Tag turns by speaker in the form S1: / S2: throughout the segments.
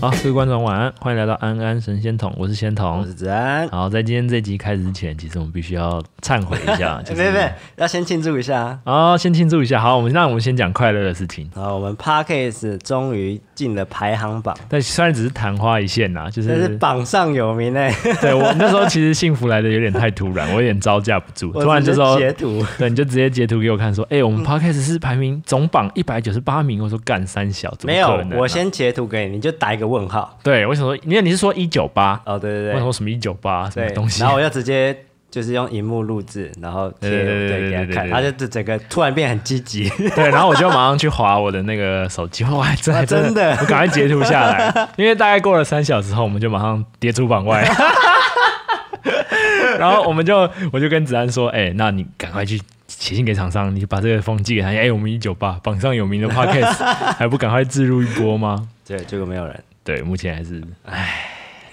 S1: 好，各位观众晚安，欢迎来到安安神仙桶，我是仙
S2: 我
S1: 童
S2: 是。子安。
S1: 好，在今天这集开始之前，其实我们必须要忏悔一 下，就是
S2: 哎，别别，要先庆祝一下啊。
S1: 啊、先庆祝一下。好，我们那我们先讲快乐的事情。
S2: 然后我们 Parkes 终于进了排行榜，
S1: 但虽然只是昙花一现呐、就
S2: 这是
S1: 是
S2: 榜上有名哎、
S1: 对我那时候其实幸福来的有点太突然，我有点招架不住，
S2: 我
S1: 突然就
S2: 直接
S1: 说，
S2: 截嗯图，
S1: 对，你就直接截图给我看，说，哎、我们 podcast 是排名总榜一百九十八名，我说干三小，怎么
S2: 没有
S1: 可能啊，
S2: 我先截图给你，你就打一个问号。
S1: 对，我想说，因为你是说一九八，
S2: 哦，对
S1: 我
S2: 对
S1: 想
S2: 对
S1: 说什么一九八什么
S2: 对，
S1: 东西，
S2: 然后我就直接。就是用荧幕录制，然后贴
S1: 对对对对
S2: 对
S1: 对
S2: 给他看，
S1: 对
S2: 他就整个突然变很 积极，
S1: 对，然后我就马上去划我的那个手机，哇，还真
S2: 哇
S1: 还真
S2: 啊真的
S1: 我赶快截图下 来，因为大概过了三小时后，我们就马上跌出榜外。然后我们就我就跟子安说，哎、那你赶快去写信给厂商，你把这个封寄给他。哎、我们一九八榜上有名的 podcast 还不赶快置入一波吗？
S2: 对，结果没有人。
S1: 对，目前还是唉，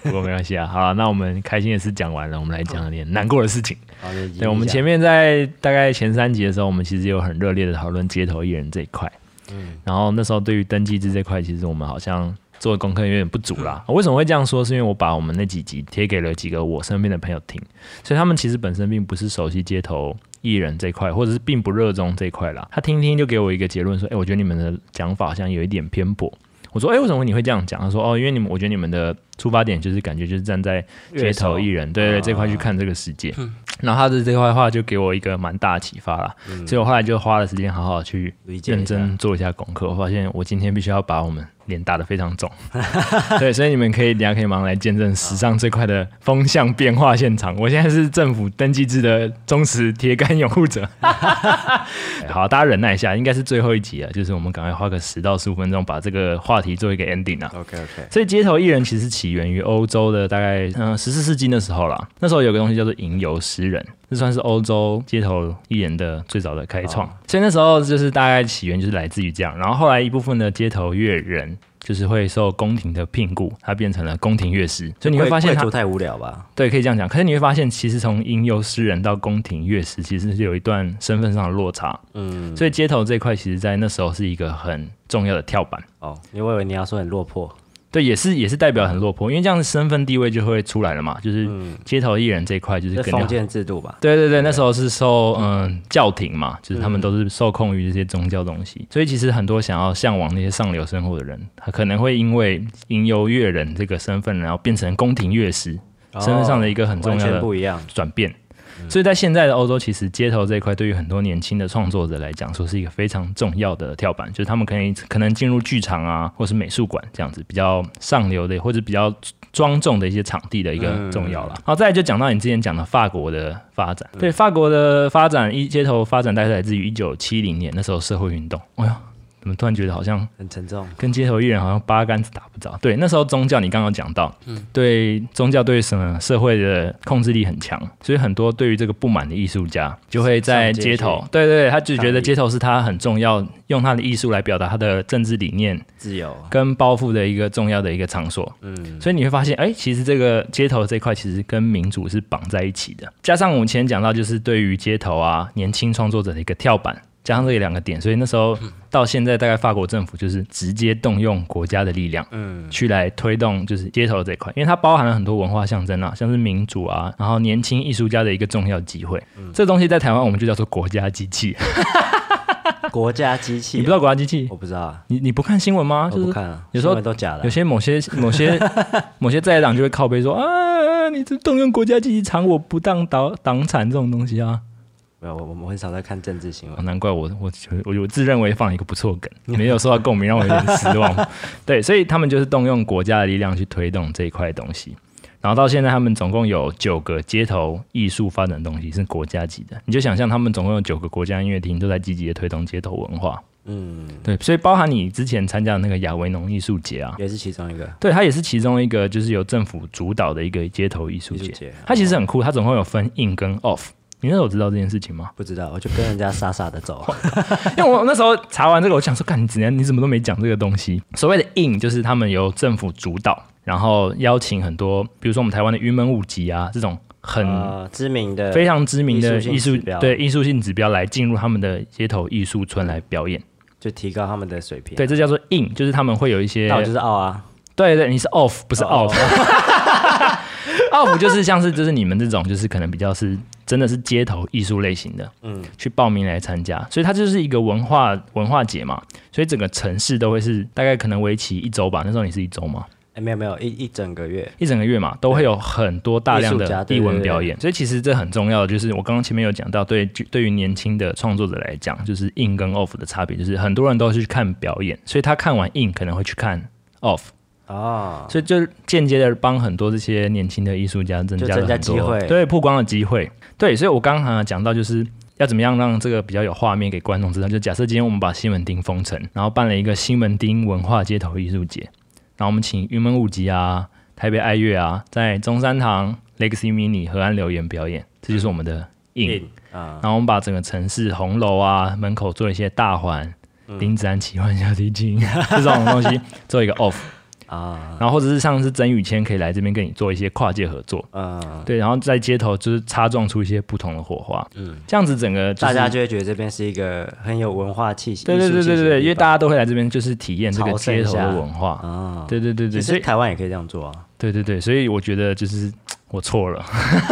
S1: 不过没关系啊。好，那我们开心的事讲完了，我们来讲点难过的事情。
S2: 好你移一
S1: 对，我们
S2: 下
S1: 前面在大概前三集的时候，我们其实有很热烈的讨论街头艺人这一块。嗯，然后那时候对于登记制这块，其实我们好像做的功课有点不足啦。
S2: 嗯
S1: 为什么会这样说？是因为我把我们那几集贴给了几个我身边的朋友听，所以他们其实本身并不是熟悉街头艺人这块，或者是并不热衷这块啦。他听听就给我一个结论说：“哎、我觉得你们的讲法好像有一点偏颇。”我说：“哎、为什么你会这样讲？”他说：“哦，因为你们，我觉得你们的出发点就是感觉就是站在街头艺人，对对对，这
S2: 啊
S1: 块去看这个世 界。然后他的这块话就给我一个蛮大的启发啦，所以我后来就花了时间好好去
S2: 嗯理解一下
S1: 认真做一下功课。我发现我今天必须要把我们脸打得非常肿， 对，所以你们可以等一下可以忙来见证史上最快的风向变化现场。我现在是政府登记制的忠实铁杆拥护 者。好，大家忍耐一下，应该是最后一集了，啊就是我们赶快花个十到十五分钟把这个话题做一个 ending 啊。
S2: OK OK，
S1: 所以街头艺人其实起源于欧洲的大概嗯十四世纪那时候啦，那时候有个东西叫做吟游诗人，这算是欧洲街头艺人的最早的开
S2: 哦
S1: 创。所以那时候就是大概起源就是来自于这样，然后后来一部分的街头乐人。就是会受宫廷的聘雇，他变成了宫廷乐师，所以你会发现
S2: 贵
S1: 他
S2: 族太无聊吧？
S1: 对，可以这样讲。可是你会发现，其实从吟游诗人到宫廷乐师，其实是有一段身份上的落差。
S2: 嗯，
S1: 所以街头这一块，其实在那时候是一个很重要的跳板。
S2: 哦，因为我以为你要说很落魄，
S1: 对，也是也是代表很落魄，因为这样身份地位就会出来了嘛，就是
S2: 嗯
S1: 街头艺人这一块就是
S2: 是
S1: 更要
S2: 封。建制度吧？
S1: 对对对，那时候是受嗯教廷嘛，就是
S2: 嗯
S1: 他们都是受控于这些宗教东西，所以其实很多想要向往那些上流生活的人，他可能会因为吟游乐人这个身份，然后变成宫廷乐师，身份上的一个很重
S2: 完
S1: 要
S2: 全
S1: 的
S2: 不一样。
S1: 转变。所以在现在的欧洲，其实街头这一块对于很多年轻的创作者来讲，说是一个非常重要的跳板，就是他们可以可能进入剧场啊，或是美术馆这样子比较上流的或者比较庄重的一些场地的一个重要啦。好，再来就讲到你之前讲的法国的发展，对法国的发展，一街头发展大概来自于一九七零年那时候社会运动。哎呀，怎么突然觉得好像
S2: 很沉重。
S1: 跟街头艺人好像八竿子打不着。对，那时候宗教你刚刚讲到，
S2: 嗯
S1: 对宗教对什么社会的控制力很强，所以很多对于这个不满的艺术家就会在
S2: 上街
S1: 街头
S2: 去，
S1: 对对对，他就觉得
S2: 抗议
S1: 街头是他很重要，用他的艺术来表达他的政治理念
S2: 自由，
S1: 跟包袱的一个重要的一个场所。
S2: 嗯，
S1: 所以你会发现，哎、其实这个街头这块其实跟民主是绑在一起的。加上我们前面讲到，就是对于街头啊年轻创作者的一个跳板，加上这两个点，所以那时候到现在，大概法国政府就是直接动用国家的力量，嗯，去来推动就是街头这一块，因为它包含了很多文化象征啊，像是民主啊，然后年轻艺术家的一个重要机会。
S2: 嗯
S1: 这东西在台湾我们就叫做国家机器，
S2: 国家机器，啊
S1: 你不知道国家机器？
S2: 我不知道啊，
S1: 你你不看新闻吗？
S2: 我
S1: 就是
S2: 不看啊，
S1: 有时候
S2: 新闻都假的
S1: 有。些某些某些某些在野党就会靠背说啊，你这动用国家机器藏我不当党党产这种东西啊，
S2: 没有，我我们很少在看政治新
S1: 啊
S2: 闻。
S1: 难怪我我我我自认为放了一个不错梗，没有受到共鸣，让我有点失望。对，所以他们就是动用国家的力量去推动这一块东西。然后到现在，他们总共有九个街头艺术发展的东西是国家级的，你就想象他们总共有九个国家音乐厅都在积极的推动街头文化。
S2: 嗯，
S1: 对，所以包含你之前参加的那个亚维农艺术节啊，
S2: 也是其中一个。
S1: 对，它也是其中一个，就是由政府主导的一个街头艺术
S2: 艺
S1: 节
S2: 术节。啊
S1: 它其实很酷，它总共有分 in 跟 off。你那时候知道这件事情
S2: ？
S1: 吗
S2: 不知道，我就跟人家傻傻的走。啊
S1: 因为我那时候查完这个，我想说，干，你怎样？你怎么都没讲这个东西？所谓的 in 就是他们由政府主导，然后邀请很多，比如说我们台湾的云门舞集啊，这种 很
S2: 呃，知名的，
S1: 非常知名的
S2: 艺术性
S1: 艺术
S2: 指标
S1: 对艺术性指标来进入他们的街头艺术村来表演。
S2: 就提高他们的水平。
S1: 对，，这叫做 in，就是他们会有一些
S2: 那我就是傲啊，
S1: 对对，你是 off 不是
S2: 哦
S1: out。off 就是像是就是你们这种就是可能比较是真的是街头艺术类型的，嗯，去报名来参加，所以它就是一个文化文化节嘛，所以整个城市都会是大概可能为期一周吧，那时候你是一周吗？
S2: 哎，没有没有，一一整个月，
S1: 一整个月嘛，都会有很多大量
S2: 艺术家
S1: 的
S2: 对
S1: 艺文
S2: 对对
S1: 表演，所以其实这很重要的，就是我刚刚前面有讲到，对对于年轻的创作者来讲，就是 in 跟 off 的差别，就是很多人都是去看表演，所以他看完 in 可能会去看 off，
S2: 哦，
S1: 所以就间接的帮很多这些年轻的艺术家增加了
S2: 就增加
S1: 很多
S2: 机会
S1: 对曝光的机会。对，所以我刚刚好像讲到就是。要怎么样让这个比较有画面给观众知道？就假设今天我们把西门町封城，然后办了一个西门町文化街头艺术节，然后我们请云门舞集啊、台北爱乐啊，在中山堂 Legacy Mini 河岸留言表演，这就是我们的印。
S2: 啊，
S1: 然后我们把整个城市红楼啊门口做一些大环，
S2: 嗯
S1: 林子安奇幻小提琴 这种东西做一个 off，
S2: 啊，
S1: 然后或者是像是曾宇谦可以来这边跟你做一些跨界合作，
S2: 嗯，
S1: 对，然后在街头就是擦撞出一些不同的火花，嗯，这样子整个、就是、
S2: 大家就会觉得这边是一个很有文化气息，
S1: 对对对对对对，因为大家都会来这边就是体验这个
S2: 朝圣
S1: 街
S2: 一
S1: 头
S2: 下
S1: 的文化，
S2: 啊，
S1: 对对对对，
S2: 其
S1: 所
S2: 实
S1: 以
S2: 台湾也可以这样做啊，
S1: 对对对，所以我觉得就是我错了，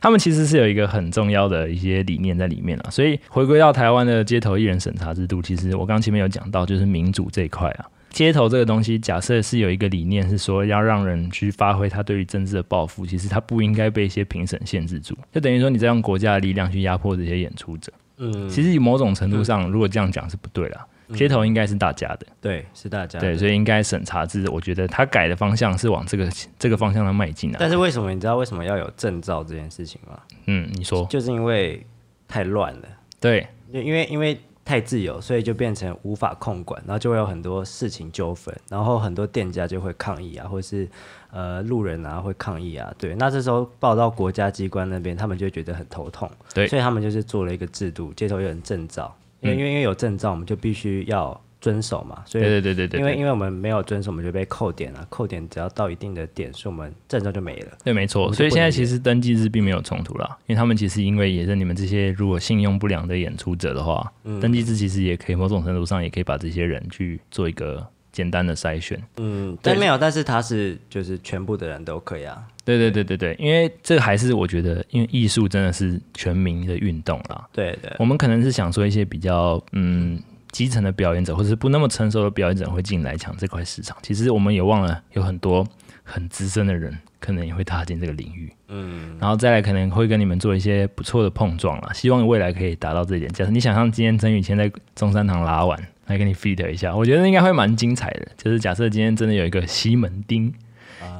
S1: 他们其实是有一个很重要的一些理念在里面啊，所以回归到台湾的街头艺人审查制度，其实我刚前面有讲到，就是民主这一块啊。街头这个东西，假设是有一个理念是说要让人去发挥他对于政治的抱负，其实他不应该被一些评审限制住，就等于说你在用国家的力量去压迫这些演出者。
S2: 嗯，
S1: 其实某种程度上，如果这样讲是不对啦，街头应该是大家的。
S2: 对，是大家
S1: 对，所以应该审查制，我觉得他改的方向是往这个这个方向上迈进啊。
S2: 但是为什么你知道为什么要有证照这件事情吗？
S1: 嗯，你说
S2: 就是因为太乱了，
S1: 对，
S2: 因因为因为太自由，所以就变成无法控管，然后就会有很多事情纠纷，然后很多店家就会抗议啊，或是呃路人啊会抗议啊，对，那这时候报到国家机关那边，他们就会觉得很头痛，
S1: 对嗯
S2: 所以他们就是做了一个制度，街头有人证照，因为因为因为有证照，我们就必须要遵守嘛，所以
S1: 对对对对对，
S2: 因为
S1: 对
S2: 因为我们没有遵守，我们就被扣点了、扣点只要到一定的点数，我们证照就没了。
S1: 对没错，
S2: 们是
S1: 所以
S2: 不
S1: 现在
S2: 能
S1: 其实登记制并没有冲突啦，因为他们其实因为也是你们这些如果信用不良的演出者的话，
S2: 嗯
S1: 登记制其实也可以某种程度上也可以把这些人去做一个简单的筛选。
S2: 嗯，但没有，但是他是就是全部的人都可以啊，
S1: 对对对对对，因为这还是我觉得，因为艺术真的是全民的运动啦，
S2: 对对，
S1: 我们可能是想说一些比较嗯基层的表演者，或者是不那么成熟的表演者会进来抢这块市场。其实我们也忘了有很多很资深的人，可能也会踏进这个领域。嗯，然后再来可能会跟你们做一些不错的碰撞啦。希望未来可以达到这一点。假设你想象今天曾宇谦在中山堂拉完来跟你 feed 一下，我觉得应该会蛮精彩的。就是假设今天真的有一个西门町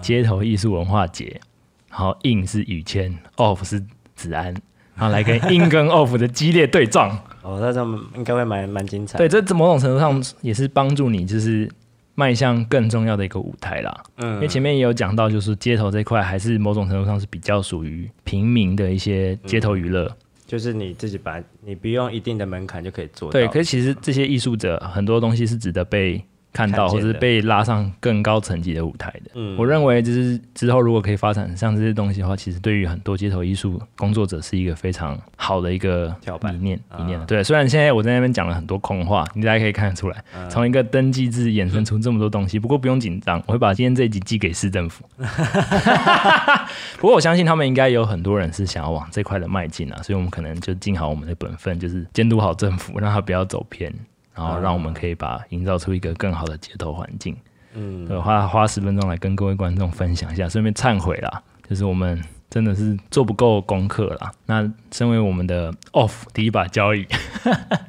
S1: 街头艺术文化节，然后 in 是宇谦，off 是子安。然后来跟 in 跟 off 的激烈对撞，
S2: 哦，那这样应该会蛮蛮精彩。
S1: 对，，这某种程度上也是帮助你，就是迈向更重要的一个舞台啦。嗯，因为前面也有讲到，就是街头这块还是某种程度上是比较属于平民的一些街头娱乐。
S2: 就是你自己把你不用一定的门槛就可以做到。
S1: 对，可是其实这些艺术者很多东西是值得被看到，
S2: 看
S1: 或
S2: 见
S1: 者
S2: 的
S1: 是被拉上更高层级的舞台的。嗯，我认为就是之后如果可以发展像这些东西的话，其实对于很多街头艺术工作者是一个非常好的一个
S2: 跳板啊
S1: 理念理念。对，虽然现在我在那边讲了很多空话，你大家可以看得出来，
S2: 嗯
S1: 从一个登记制衍生出这么多东西。不过不用紧张，我会把今天这一集寄给市政府。不过我相信他们应该有很多人是想要往这块的迈进啊，所以我们可能就尽好我们的本分，就是监督好政府，让他不要走偏，然后让我们可以把营造出一个更好的街头环境。嗯，对，花花十分钟来跟各位观众分享一下，顺便忏悔啦，就是我们真的是做不够功课啦。那身为我们的 off 第一把交椅，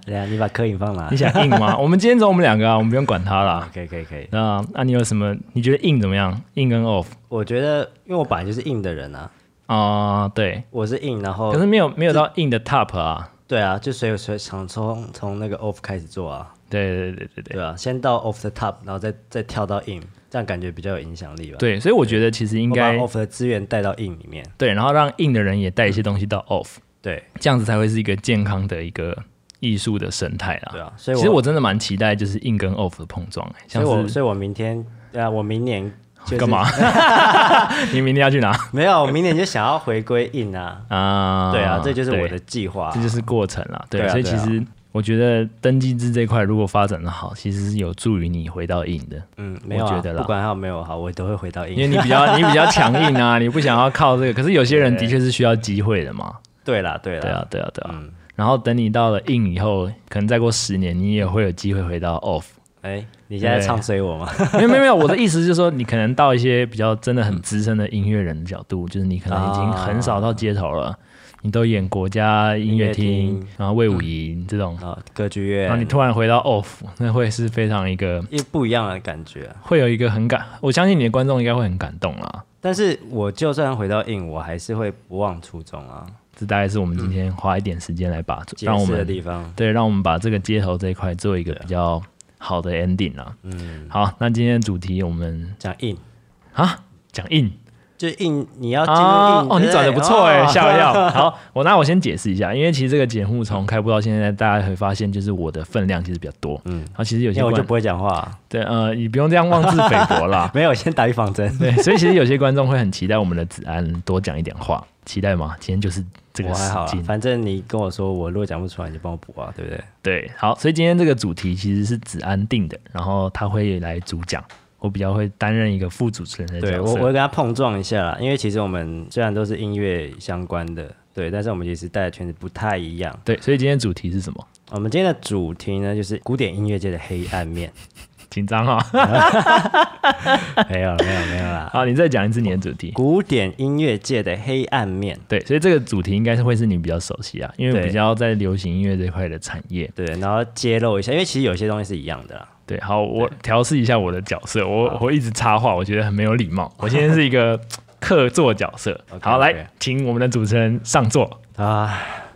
S2: 对啊，你把柯影放 哪
S1: 你？想硬吗？我们今天只有我们两个啊，我们不用管他啦。
S2: 可以可以可以，
S1: 那那、你有什么？你觉得硬怎么样？硬跟 off
S2: 我觉得因为我本来就是硬的人啊，
S1: 啊、对，
S2: 我是硬，然后
S1: 可是没有没有到硬的 top 啊。
S2: 对啊，就所以所以想从从那个 off 开始做啊，
S1: 对对对对对。
S2: 对啊，先到 off the top，然后再再跳到硬，这样感觉比较有影响力吧。，
S1: 对，所以我觉得其实应
S2: 我把
S1: 该
S2: off 的资源带到硬里面，
S1: 对，然后让硬的人也带一些东西到 off，
S2: 对
S1: 这样子才会是一个健康的一个艺术的生态啦。
S2: 对啊，所以
S1: 其实
S2: 我
S1: 我真的蛮期待就是硬跟 off 的碰撞、欸，
S2: 所以 我
S1: 像是
S2: 所以我明天对啊，我明年就是
S1: 干？嘛？ 你明天要去哪
S2: 没有，我明年就想要回归硬啊。
S1: 啊？
S2: 对啊，这就是我
S1: 对
S2: 的计划
S1: 这。就是过程啦。对，
S2: 对啊
S1: 所以
S2: 对
S1: 其
S2: 啊
S1: 实。我觉得登记制这块如果发展的好，其实是有助于你回到硬的，
S2: 嗯，没有、啊，
S1: 觉得啦
S2: 不管他有没有好，我都会回到
S1: 因为
S2: 英。
S1: 你比较你比较强硬啊，你不想要靠这个。可是有些人的确是需要机会的嘛。
S2: 对啦，对啦，
S1: 对啊，对啊，对啊。
S2: 嗯，
S1: 然后等你到了硬以后，可能再过十年，你也会有机会回到 off。
S2: 哎、你现在
S1: 对
S2: 唱衰我吗？
S1: 没有没有没有，我的意思是说，你可能到一些比较真的很资深的音乐人的角度，就是你可
S2: 啊
S1: 能已经很少到街头了，你都演国家音乐
S2: 音乐
S1: 厅
S2: 厅，
S1: 然后卫武营这种，
S2: 啊，歌剧院，
S1: 然后你突然回到 off，那会是非常一个
S2: 一不一样的感觉。啊
S1: 会有一个很感，我相信你的观众应该会很感动啦。
S2: 但是我就算回到硬，我还是会不忘初衷啊，
S1: 这大概是我们今天花一点时间来把，
S2: 解
S1: 让我
S2: 释的
S1: 们
S2: 地方。
S1: 对，让我们把这个街头这一块做一个比较好的 ending 啊。
S2: 啊嗯，
S1: 好，那今天的主题我们
S2: 讲硬，
S1: 啊讲硬
S2: 就硬，你要进入硬、
S1: 啊哦，你
S2: 对
S1: 转的不错哎，
S2: 哦
S1: 吓我一跳。好，我那我先解释一下，因为其实这个节目从开播到现在，大家会发现就是我的分量其实比较多，嗯，然后其实有些
S2: 因为我就
S1: 观
S2: 不会讲话、，
S1: 对呃，你不用这样妄自菲薄啦
S2: 没有，先打预防针。
S1: 对，所以其实有些观众会很期待我们的子安多讲一点话，期待吗？今天就是这个
S2: 我还
S1: 时
S2: 好啊啦
S1: 间，，
S2: 反正你跟我说，我如果讲不出来，你就帮我补啊，对不对？
S1: 对，好，所以今天这个主题其实是子安定的，然后他会来主讲，我比较会担任一个副主持人的
S2: 对
S1: 角
S2: 我，我会
S1: 色。
S2: 跟他碰撞一下啦，因为其实我们虽然都是音乐相关的，对，但是我们其实带的圈子不太一样。
S1: 对，所以今天主题是什么？
S2: 我们今天的主题呢，就是古典音乐界的黑暗面。
S1: 紧张啊！
S2: 没有，没有，没有啦。
S1: 好，你再讲一次你的主题。
S2: 古典音乐界的黑暗面。
S1: 对，所以这个主题应该是会是你比较熟悉啊，因为
S2: 对
S1: 比较在流行音乐这块的产业。
S2: 对，然后揭露一下，因为其实有些东西是一样的啦。
S1: 对，好，我调试一下我的角色，我我一直插话，我觉得很没有礼貌。我今天是一个客座角色。
S2: OK，
S1: 好，
S2: OK
S1: 来，请我们的主持人上座。
S2: 啊，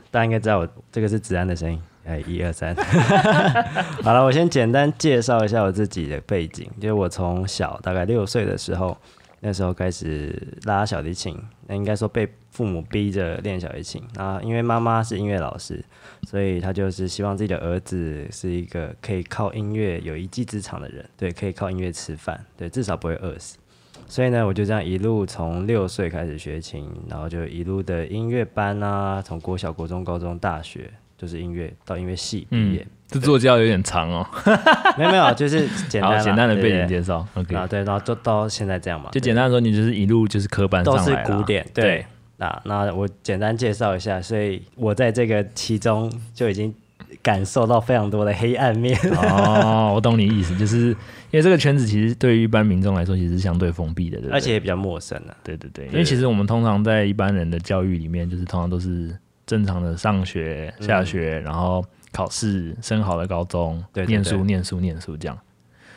S2: 大家应该知道我这个是子安的声音。哎，一二三， 好了，我先简单介绍一下我自己的背景，就是我从小大概六岁的时候，那时候开始拉小提琴，那应该说被父母逼着练小提琴啊，因为妈妈是音乐老师，所以她就是希望自己的儿子是一个可以靠音乐有一技之长的人，对，可以靠音乐吃饭，对，至少不会饿死。所以呢，我就这样一路从六岁开始学琴，然后就一路的音乐班啊，从国小、国中、高中、大学，就是音乐到音乐系毕业。
S1: 这座教有点长哦，
S2: 没有没有，就是简单
S1: 好，
S2: 啦
S1: 简单的
S2: 对
S1: 背景
S2: 对
S1: 介绍。OK，
S2: 啊，对，然后就到现在这样嘛，
S1: 就
S2: 对
S1: 简单的说，你就是一路就是科班上
S2: 都
S1: 来
S2: 是
S1: 啦
S2: 古典，对。
S1: 对
S2: 那那我简单介绍一下，所以我在这个其中就已经感受到非常多的黑暗面。
S1: 哦，我懂你意思，就是 因为这个圈子其实对于一般民众来说，其实是相对封闭的，对不对
S2: 而且也比较陌生了、
S1: 对对对，因
S2: 对
S1: 为其实我们通常在一般人的教育里面，就是通常都是正常的上学、下学，然后考试、升好的高中，
S2: 嗯对对
S1: 念书、
S2: 对
S1: 念书、念书这样。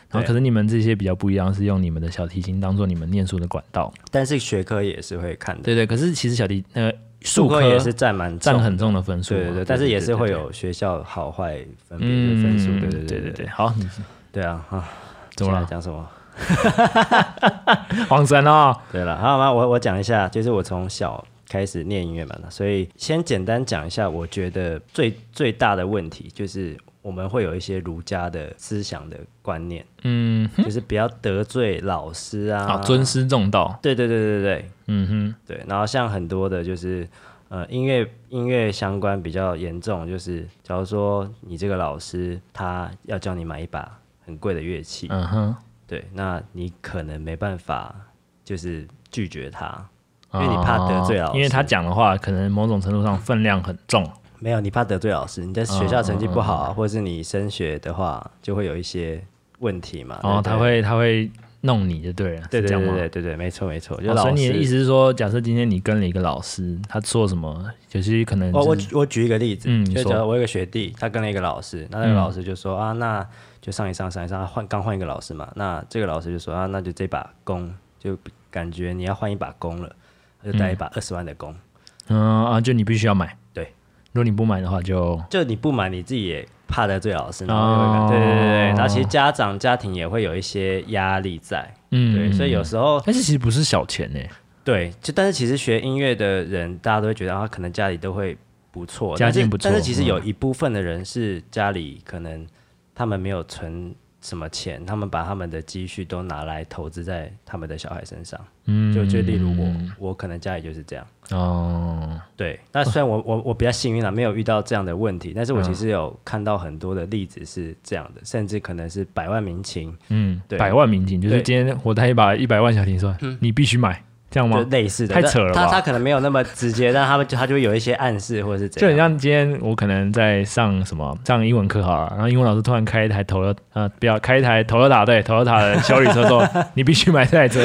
S1: 然后，
S2: 对
S1: 可是你们这些比较不一样，是用你们的小提琴当做你们念书的管道。
S2: 但是学科也是会看的，
S1: 对对，可是其实小提呃
S2: 数
S1: 数
S2: 科
S1: 科
S2: 也是占蛮
S1: 占
S2: 重
S1: 很重的分数嘛，
S2: 对对对，但是也是会有学校好坏分别
S1: 嗯
S2: 的分数，对
S1: 对
S2: 对
S1: 对
S2: 对
S1: 对对。好，你
S2: 对啊啊！
S1: 怎么
S2: 现在
S1: 了？
S2: 讲什么？
S1: 黄神哦，
S2: 对了，好，那我我讲一下，就是我从小开始念音乐嘛，所以先简单讲一下，我觉得最最大的问题就是我们会有一些儒家的思想的观念，
S1: 嗯，
S2: 就是不要得罪老师啊，
S1: 好，尊师重道，
S2: 对对对对对
S1: 嗯哼，
S2: 对，然后像很多的就是。呃，音乐音乐相关比较严重，就是假如说你这个老师他要叫你买一把很贵的乐器，
S1: 嗯哼，
S2: 对，那你可能没办法就是拒绝他，因为你怕得罪老
S1: 哦
S2: 师，
S1: 因为他讲的话可能某种程度上分量很重，
S2: 没有，你怕得罪老师，你在学校成绩不好啊，或者是你升学的话，就会有一些问题嘛。
S1: 哦，
S2: 啊对
S1: 他
S2: 不对
S1: 会他会弄你就对了，
S2: 对
S1: 是
S2: 对
S1: 这样
S2: 对
S1: 吗
S2: 对对对，没错没错，就
S1: 哦所以
S2: 老
S1: 你的意
S2: 师。
S1: 思是说，假设今天你跟了一个老师，他做什么，就是可能、
S2: 我哦我
S1: 就是
S2: 举我举一个例子，
S1: 嗯你
S2: 就
S1: 说
S2: 假如我有个学弟，他跟了一个老师，那那个
S1: 嗯
S2: 老师就说、啊，那就上一上上一上，换刚换一个老师嘛，那这个老师就说啊，那就这把弓，就感觉你要换一把弓了，他就带一把二十万的弓，
S1: 嗯啊，就你必须要买，
S2: 对，
S1: 如果你不买的话就，
S2: 就你不买，你自己也怕得罪老师，然后也会感
S1: 哦
S2: 对对对对，然后其实家长家庭也会有一些压力在，
S1: 嗯，
S2: 对，所以有，时候
S1: 但是其实不是小钱呢、
S2: 对，就但是其实学音乐的人，大家都会觉得啊，可能家里都会不错，
S1: 家境
S2: 但是
S1: 不错
S2: 但是其实
S1: 嗯
S2: 有一部分的人是家里可能他们没有存什么钱，他们把他们的积蓄都拿来投资在他们的小孩身上。
S1: 嗯
S2: 就就例如我，我可能家里就是这样。
S1: 哦，
S2: 对，那虽然我我我比较幸运啦，没有遇到这样的问题，但是我
S1: 嗯
S2: 其实有看到很多的例子是这样的，甚至可能是百万民情，
S1: 嗯，
S2: 对
S1: 百万民警就是
S2: 对嗯
S1: 今天我带一把一百万小停算，你必须买，这样
S2: 就
S1: 吗？
S2: 类似的。
S1: 太扯了
S2: 他
S1: 吧
S2: 他可能没有那么直接，但他们就他就会有一些暗示或者是
S1: 就
S2: 怎
S1: 很
S2: 样。
S1: 像今天我可能在上什么上英文课好了，然后英文老师突然开一台头了呃，不要开一台头了塔对头了塔的小旅车 说，你必须买这台车，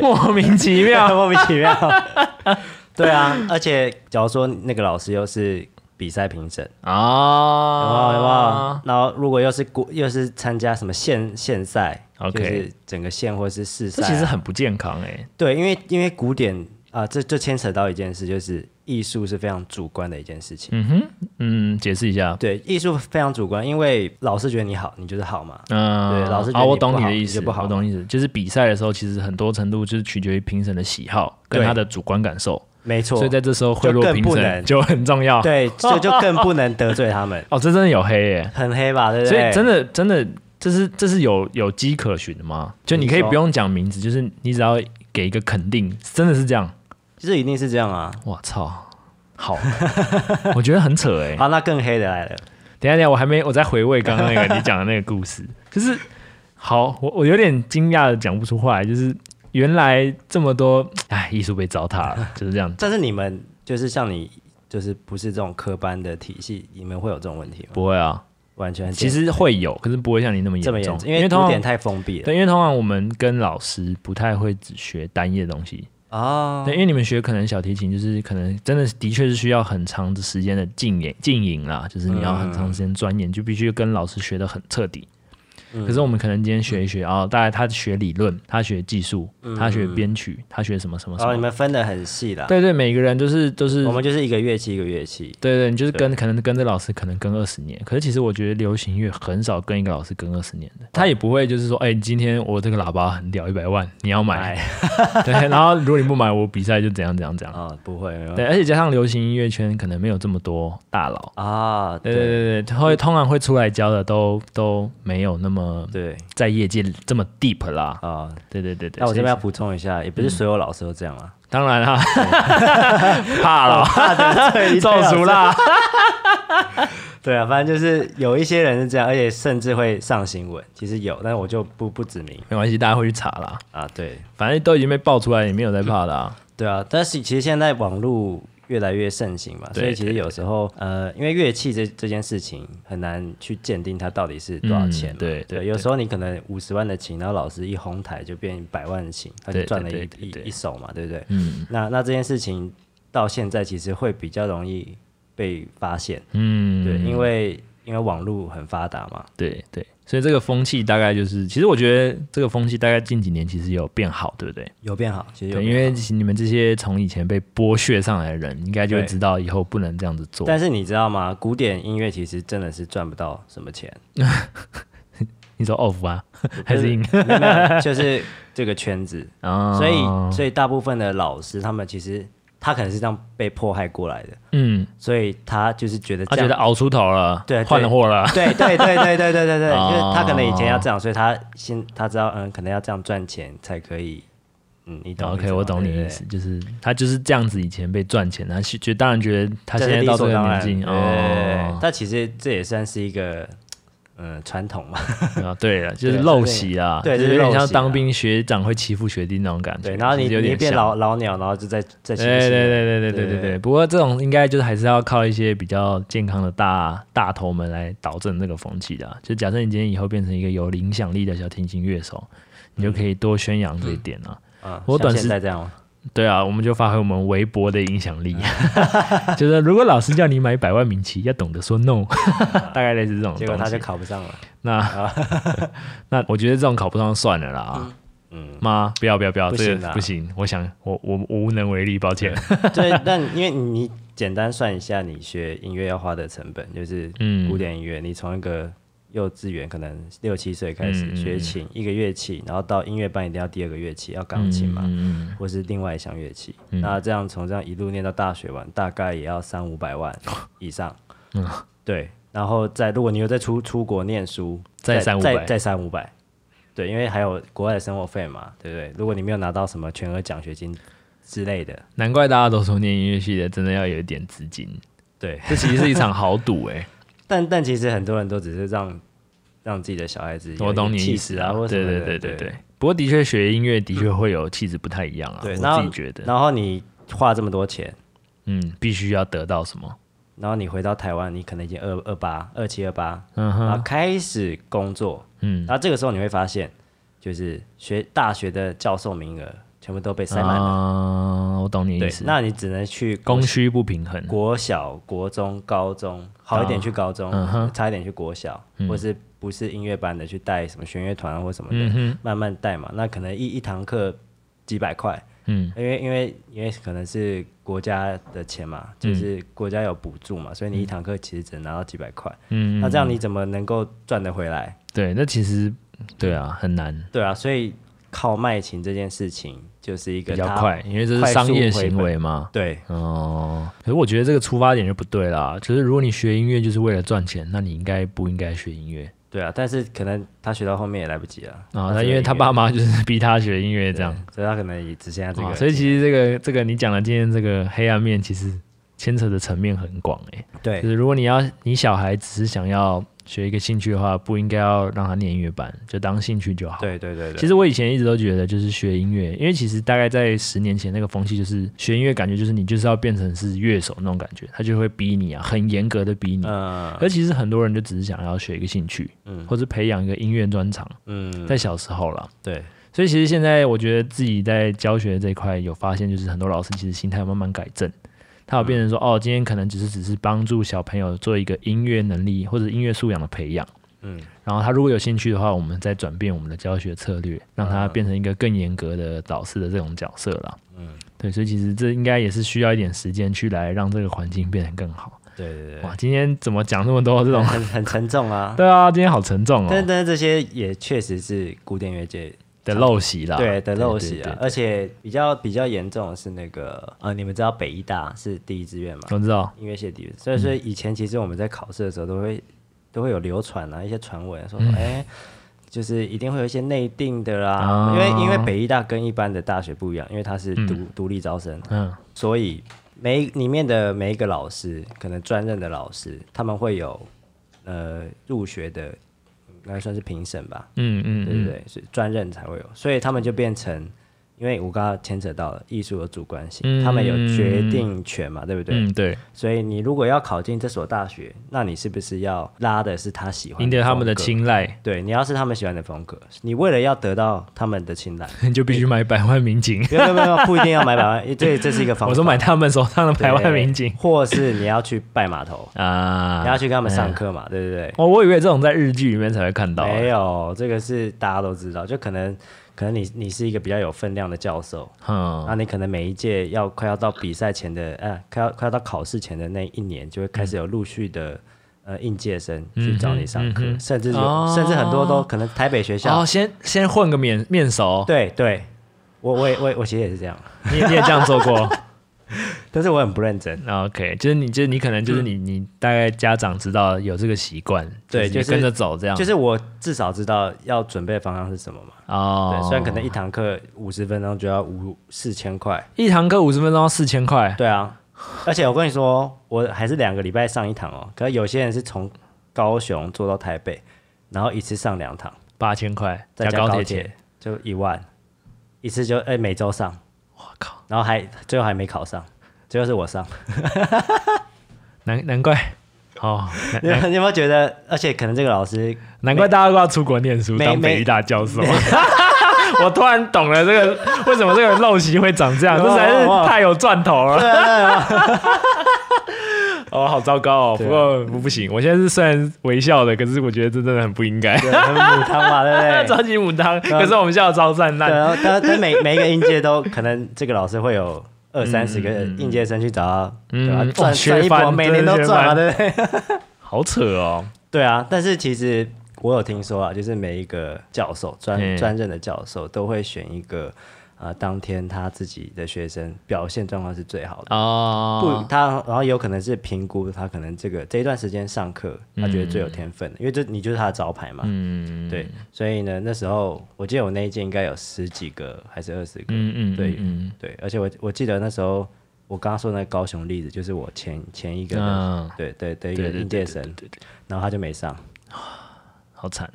S1: 莫名其妙。
S2: 莫名其妙。对啊，而且假如说那个老师又是比赛评审，有没有？有没有
S1: 啊，？
S2: 然后如果又是国又是参加什么县县赛
S1: OK
S2: 就是整个县或是市
S1: 这
S2: 赛啊、
S1: 其实很不健康哎、
S2: 对，因为因为古典啊、这这牵扯到一件事，就是艺术是非常主观的一件事情。
S1: 嗯哼，嗯，解释一下。
S2: 对，艺术非常主观，因为老师觉得你好，你就是好嘛。
S1: 嗯，
S2: 对老师觉
S1: 啊，
S2: 得
S1: 我
S2: 你不
S1: 懂你
S2: 好
S1: 的意
S2: 你
S1: 思，
S2: 就不好
S1: 我懂你的意思，就是比赛的时候，其实很多程度就是取决于评审的喜好跟
S2: 对
S1: 他的主观感受，
S2: 没错，
S1: 所以在这时候贿
S2: 就
S1: 赂
S2: 更
S1: 评
S2: 不
S1: 审
S2: 能
S1: 就很重要。，，
S2: 对，这就更不能得罪他们
S1: 哦，这真的有黑耶、
S2: 很黑吧？对不
S1: 所
S2: 对？
S1: 以真的真的，这是这是有有迹可循的吗？就你可以
S2: 你说
S1: 不用讲名字，就是你只要给一个肯定，真的是这样。
S2: 这一定是这样啊。
S1: 我操， 好，我觉得很扯哎、
S2: 好，那更黑的来了。
S1: 等一下，等一下，我还没，我在回味刚刚那个你讲的那个故事，就是好，我我有点惊讶的讲不出话来，就是原来这么多，哎，艺术被糟蹋了，就是这样。
S2: 但是你们就是像你，就是不是这种科班的体系，你们会有这种问题吗？
S1: 不会啊，
S2: 完全
S1: 其实会有，可是不会像你那么
S2: 这么
S1: 严
S2: 严
S1: 重，
S2: 重，
S1: 因
S2: 因为
S1: 通
S2: 古典
S1: 常
S2: 太封闭了
S1: 对，因为通常我们跟老师不太会只学单一的东西，
S2: 啊。
S1: 对，因为你们学可能小提琴，就是可能真的的确是需要很长的时间的静研静营啦，就是你要很
S2: 嗯
S1: 长时间钻研，就必须跟老师学的很彻底。
S2: 嗯
S1: 可是我们可能今天学一学啊、哦，大概他学理论，他学技术，
S2: 嗯
S1: 他学编曲，他学什么什么什
S2: 然后
S1: 么。
S2: 哦你们分的很细啦，
S1: 对对，每个人就是都、是
S2: 我们就是一个乐器一个乐器，
S1: 对对，你就是跟可能跟着老师可能跟二十年，可是其实我觉得流行乐很少跟一个老师跟二十年的，他也不会就是说，哎、今天我这个喇叭很屌，一百万，你要买， 对，然后如果你不买，我比赛就怎样怎样怎样。
S2: 啊，不会没有
S1: 对，而且加上流行音乐圈可能没有这么多大佬，
S2: 啊，
S1: 对对对
S2: 对
S1: 对，会通常会出来教的都都没有那么
S2: 对
S1: 在业界这么 deep 啦，
S2: 啊。
S1: 对对对对。
S2: 那我这边
S1: 所
S2: 要补充一下，也不是所有老师都这样啊，
S1: 以当然啦， 怕 了，中暑嗯啦，
S2: 对啊，反正就是有一些人是这样，而且甚至会上新闻，其实有，但是我就不不指名
S1: 没关系，大家会去查啦，
S2: 啊，对
S1: 反正都已经被爆出来，也没有在怕的啊。
S2: 对啊，但是其实现在网络越来越盛行嘛，
S1: 对
S2: 所以其实有时候呃，因为乐器这这件事情很难去鉴定它到底是多少钱嘛、
S1: 嗯对对
S2: 对有时候你可能五十万的琴，然后老师一红台就变百万的琴，他就
S1: 对
S2: 赚了
S1: 对
S2: 一
S1: 对
S2: 一
S1: 对
S2: 一手嘛，对不对？
S1: 嗯
S2: 那那这件事情到现在其实会比较容易被发现，
S1: 嗯，
S2: 对，因为因为网络很发达嘛，
S1: 对对，所以这个风气大概就是，其实我觉得这个风气大概近几年其实有变好，对不对？
S2: 有变好，其实有
S1: 对，
S2: 变
S1: 因
S2: 好
S1: 为你们这些从以前被剥削上来的人，应该就会
S2: 对
S1: 知道以后不能这样子做。
S2: 但是你知道吗？古典音乐其实真的是赚不到什么钱，
S1: 你说 off 啊， 还是 in
S2: 没有没有就是这个 圈子，
S1: 啊？
S2: 所以所以大部分的老师他们其实他可能是这样被迫害过来的，
S1: 嗯，
S2: 所以他就是觉得
S1: 他
S2: 这
S1: 觉
S2: 样
S1: 得熬出头了，
S2: 对对
S1: 换了货了，
S2: 对对对对对对对对，
S1: 哦
S2: 就是他可能以前要这样，所以他先他知道，嗯，可能要这样赚钱才可以，嗯，你懂
S1: OK，我懂你意思，，就是他就是这样子，以前被赚钱，他是觉当然觉得他
S2: 对
S1: 现
S2: 对对
S1: 在到这
S2: 这是
S1: 个
S2: 理所当
S1: 年
S2: 然，
S1: 纪
S2: 对
S1: 哦，，
S2: 但其实这也算是一个嗯传统 嘛，
S1: 啊，对了，就是
S2: 对
S1: 陋习啊，
S2: 对
S1: 就是
S2: 就是
S1: 有点
S2: 陋
S1: 像
S2: 习
S1: 当
S2: 啊
S1: 兵学长会欺负学弟那种感觉，
S2: 对，然后你
S1: 就是有
S2: 你
S1: 点
S2: 变
S1: 像
S2: 老老鸟，然后就再
S1: 对
S2: 再学
S1: 对
S2: 新的
S1: 对对对对
S2: 对
S1: 对对，不过这种应该就是还是要靠一些比较健康的大大头们来导正这个风气的啊、就假设你今天以后变成一个有影响力的小提琴乐手，你就可以多宣扬这一点啊。
S2: 啊，
S1: 我短
S2: 像
S1: 时
S2: 现在这样吗，
S1: 对啊，我们就发挥我们微薄的影响力，就是如果老师叫你买百万名旗，要懂得说 no，大概类似这种东西。
S2: 结果他就考不上了。
S1: 那那我觉得这种考不上算了啦啊。
S2: 嗯，
S1: 妈，不要不要不要，
S2: 不
S1: 这
S2: 行
S1: 个
S2: 啊
S1: 不行，我想我我我无能为力，抱歉。
S2: 对，但因为你简单算一下，你学音乐要花的成本，就是
S1: 嗯
S2: 古典音乐，你从一个幼稚园可能六七岁开始
S1: 嗯嗯
S2: 学琴，一个乐器，然后到音乐班一定要第二个乐器，要钢琴嘛，
S1: 嗯，
S2: 或是另外一项乐器。那这样从这样一路念到大学完，大概也要三五百万以上。对，然后再如果你有在出出国念书，
S1: 再
S2: 再
S1: 3500
S2: 再再三五百，对，因为还有国外的生活费嘛，对不对？如果你没有拿到什么全额奖学金之类的，
S1: 难怪大家都说念音乐系的真的要有一点资 金，
S2: 对，
S1: 这其实是一场豪赌 哎、
S2: 但但其实很多人都只是让让自己的小孩子有
S1: 我懂你
S2: 气
S1: 意
S2: 势
S1: 思
S2: 啊，或者
S1: 对
S2: 什么
S1: 对对
S2: 的
S1: 对
S2: 对
S1: 对。不过的确学音乐的确会有气质不太一样啊，
S2: 对，然
S1: 我自
S2: 后
S1: 己觉得，
S2: 然后你花这么多钱，
S1: 嗯，必须要得到什么，
S2: 然后你回到台湾，你可能已经二二八、二七、二八，
S1: 嗯
S2: 然后
S1: 哼，
S2: 开始工作，
S1: 嗯，
S2: 然后这个时候你会发现，就是学大学的教授名额全部都被塞满了，
S1: 啊我懂你
S2: 对
S1: 意，思，
S2: 那你只能去
S1: 供需不平衡，
S2: 国小、国中、高中，好一点去高中，
S1: 嗯哼嗯
S2: 差一点去国小，或是不是音乐班的去带什么弦乐团啊或什么的，
S1: 嗯哼，
S2: 慢慢带嘛。那可能一一堂课几百块，
S1: 嗯
S2: 因为因为因为可能是国家的钱
S1: 嗯
S2: 嘛，就是国家有补助嘛，所以你一堂课其实只能拿到几百块。
S1: 嗯，
S2: 那这样你怎么能够赚得回来？
S1: 对，那其实对啊，很难，
S2: 对啊，所以靠卖琴这件事情就是一个
S1: 比较
S2: 它
S1: 快，因为这是商业行为嘛，
S2: 对
S1: 哦，可是我觉得这个出发点就不对啦，就是如果你学音乐就是为了赚钱，那你应该不应该学音乐？
S2: 对啊，但是可能他学到后面也来不及了
S1: 啊，他因为他爸妈就是逼他学音乐这样，
S2: 所以他可能也只剩下这
S1: 啊
S2: 个。
S1: 所以其实这个这个你讲的今天这个黑暗面，其实牵扯的层面很广诶、
S2: 对
S1: 就是如果你要你小孩只是想要学一个兴趣的话，不应该要让他念音乐班，就当兴趣就好。。
S2: 对对对对，
S1: 其实我以前一直都觉得，就是学音乐，因为其实大概在十年前那个风气，就是学音乐，感觉就是你就是要变成是乐手那种感觉，他就会逼你啊，很严格的逼你。
S2: 嗯
S1: 而其实很多人就只是想要学一个兴趣，
S2: 嗯
S1: 或是培养一个音乐专长，
S2: 嗯，
S1: 在小时候啦。
S2: 对
S1: 所以其实现在我觉得自己在教学这一块有发现，就是很多老师其实心态慢慢改正，他有变成说，哦，今天可能只是只是帮助小朋友做一个音乐能力或者音乐素养的培养，
S2: 嗯
S1: 然后他如果有兴趣的话，我们再转变我们的教学策略，让他变成一个更严格的导师的这种角色啦。
S2: 嗯
S1: 对，所以其实这应该也是需要一点时间去来让这个环境变得更好。
S2: 对对对，
S1: 哇，今天怎么讲这么多这种？
S2: 很很沉重啊。
S1: 对啊，今天好沉重
S2: 但
S1: 哦
S2: 但这些也确实是古典乐界
S1: 的陋习啦，
S2: 对的陋习
S1: 对
S2: 啊
S1: 对，对
S2: 而且比较比较严重的是那个呃，你们知道北医大是第一志愿嘛？
S1: 我知道，
S2: 音乐系第一志愿，所以
S1: 嗯
S2: 所以以前其实我们在考试的时候都会都会有流传啊一些传闻
S1: 嗯
S2: 说哎。就是一定会有一些内定的啦，
S1: 哦
S2: 因为因为北医大跟一般的大学不一样，因为它是独独、立招生，
S1: 嗯
S2: 所以每里面的每一个老师，可能专任的老师，他们会有呃入学的，应该算是评审吧，
S1: 嗯嗯
S2: 对不
S1: 嗯，
S2: 对？是专任才会有，所以他们就变成，因为我刚刚牵扯到了艺术有主观性，
S1: 嗯
S2: 他们有决定权嘛，对不对？
S1: 嗯对。
S2: 所以你如果要考进这所大学，那你是不是要拉的是他喜欢
S1: 赢得他们的
S2: 风格？
S1: 青睐，
S2: 对你要是他们喜欢的风格，你为了要得到他们的青睐，
S1: 你就必须买百万民警。
S2: 没有没有没有，不一定要买百万，这这是一个方法。
S1: 我说买他们手上的百万民警
S2: 对或是你要去拜码头，
S1: 啊
S2: 你要去跟他们上课嘛，对不对？
S1: 哦，我以为这种在日剧里面才会看到欸。
S2: 没有，这个是大家都知道，就可能可能你你是一个比较有分量的教授，那、
S1: 嗯，
S2: 你可能每一届要快要到比赛前的，呃，快要快要到考试前的那一年，就会开始有陆续的。呃，应届生去找你上课，
S1: 嗯嗯哼嗯哼
S2: 甚至有、
S1: 哦
S2: 甚至很多都可能台北学校，
S1: 哦，先先混个面面熟，
S2: 对对，我我也我也我其实也是这样，
S1: 你也你也这样做过 哦
S2: 但是我很不认
S1: 嗯
S2: 真，
S1: ？OK，就是你就是你可能就是你你大概家长知道有这个习惯，
S2: 对
S1: 就
S2: 就是
S1: 跟着走这样，
S2: 就是我至少知道要准备的方向是什么嘛。
S1: 哦
S2: 对，，虽然可能一堂课五十分钟就要五四千块，
S1: 一堂课五十分钟四千块，
S2: 对啊，而且我跟你说，我还是两个礼拜上一堂哦。可是有些人是从高雄坐到台北，然后一次上两堂，
S1: 八千块
S2: 再加
S1: 高
S2: 高
S1: 钱，
S2: 铁就一万，一次就哎、每周上，
S1: 我靠，
S2: 然后还最后还没考上，最后是我上。
S1: 难难怪哦，难
S2: 你有你有没有觉得？而且可能这个老师
S1: 难怪大家都要出国念书，
S2: 没
S1: 当
S2: 没
S1: 北医大教授。 我突然懂了这个为什么这个陋习会长这样，
S2: 哦
S1: 这实在是太有赚头
S2: 啊
S1: 了。 哦，好糟糕哦！
S2: 对
S1: 不
S2: 啊
S1: 过不不行，我现在是虽然微笑的，可是我觉得这真的很不应该。
S2: 对很母汤嘛，对不对？
S1: 超级母汤，可是我们笑得超灿
S2: 对
S1: 烂。
S2: 啊，但但每每一个应届都可能这个老师会有二三十个应届生去找他，
S1: 嗯
S2: 对吧
S1: 嗯？
S2: 赚
S1: 哦学
S2: 赚一波，
S1: 翻
S2: 每年
S1: 真的
S2: 都
S1: 学
S2: 赚啊，
S1: 翻
S2: 对不对？
S1: 好扯哦！
S2: 对啊，但是其实我有听说啊，就是每一个教授专
S1: 嗯
S2: 专任的教授都会选一个呃当天他自己的学生表现状况是最好的。不，
S1: 哦，
S2: 他然后也有可能是评估他可能这个这一段时间上课，他觉得最有天分的，因为这你就是他的招牌嘛。
S1: 嗯，
S2: 对，所以呢，那时候我记得我那一届应该有十几个还是二十个，
S1: 嗯嗯，
S2: 对
S1: 嗯，
S2: 对，而且我我记得那时候我刚刚说那个高雄例子，就是我前前一个的，
S1: 嗯
S2: 对对对一
S1: 对
S2: 个
S1: 对
S2: 应届生，然后他就没上，
S1: 好惨，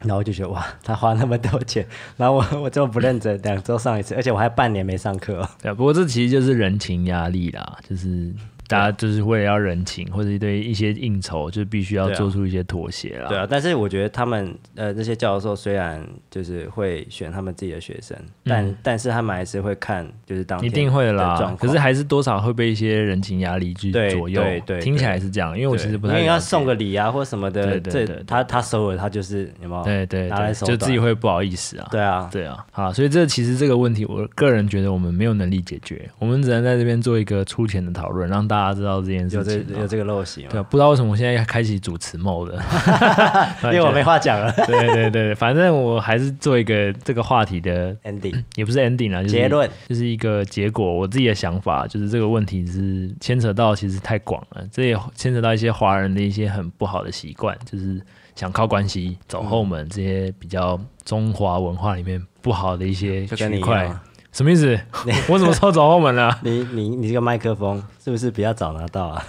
S2: 然后我就觉得哇， 他花那么多钱， 然后我我这么不认真，两周上一次，而且我还半年没上 课、哦，
S1: 对啊，不过这其实就是人情压力啦，就是大
S2: 啊
S1: 家就是为了要人情或者对一些应酬，就必须要
S2: 对啊
S1: 做出一些妥协啦。
S2: 对啊，但是我觉得他们呃这些教授虽然就是会选他们自己的学生，但、但是他们还是会看就是当
S1: 一
S2: 天
S1: 定会
S2: 的
S1: 啦
S2: 状，
S1: 可是
S2: 况
S1: 还是多少会被一些人情压力去
S2: 对
S1: 左右。
S2: 对对
S1: 听起来是这样，因为我其
S2: 对
S1: 实不
S2: 因
S1: 太
S2: 为要
S1: 了解
S2: 送个礼啊或什么的，
S1: 对对
S2: 这
S1: 对
S2: 他他收了他就是有没有？
S1: 对对
S2: 拿来
S1: 对，
S2: 手
S1: 就
S2: 短
S1: 自己会不好意思啊。
S2: 对啊，
S1: 对啊，好，所以这其实这个问题，我个人觉得我们没有能力解决，我们只能在这边做一个粗浅的讨论，让大家知道这件
S2: 有
S1: 事
S2: 这
S1: 情啊、
S2: 有这个陋习嘛
S1: 对啊，不知道为什么我现在开启主持 mode 了，
S2: 因为我没话 讲了
S1: 对对对，反正我还是做一个这个话题的，
S2: ，ending
S1: 也不是 ending 啦，就是
S2: 结论。
S1: 就是一个结果。我自己的想法就是这个问题是牵扯到其实太广了，这也牵扯到一些华人的一些很不好的习惯，就是想靠关系走后
S2: 嗯
S1: 门这些比较中华文化里面不好的一些
S2: 就跟你
S1: 区
S2: 一
S1: 块
S2: 样啊。
S1: 什么意 思？我怎么说走后门了、
S2: 你你你这个麦克风是不是比较早拿到啊？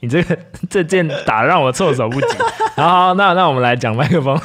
S1: 你这个这件打得让我措手不及。 好好，那那我们来讲麦克风。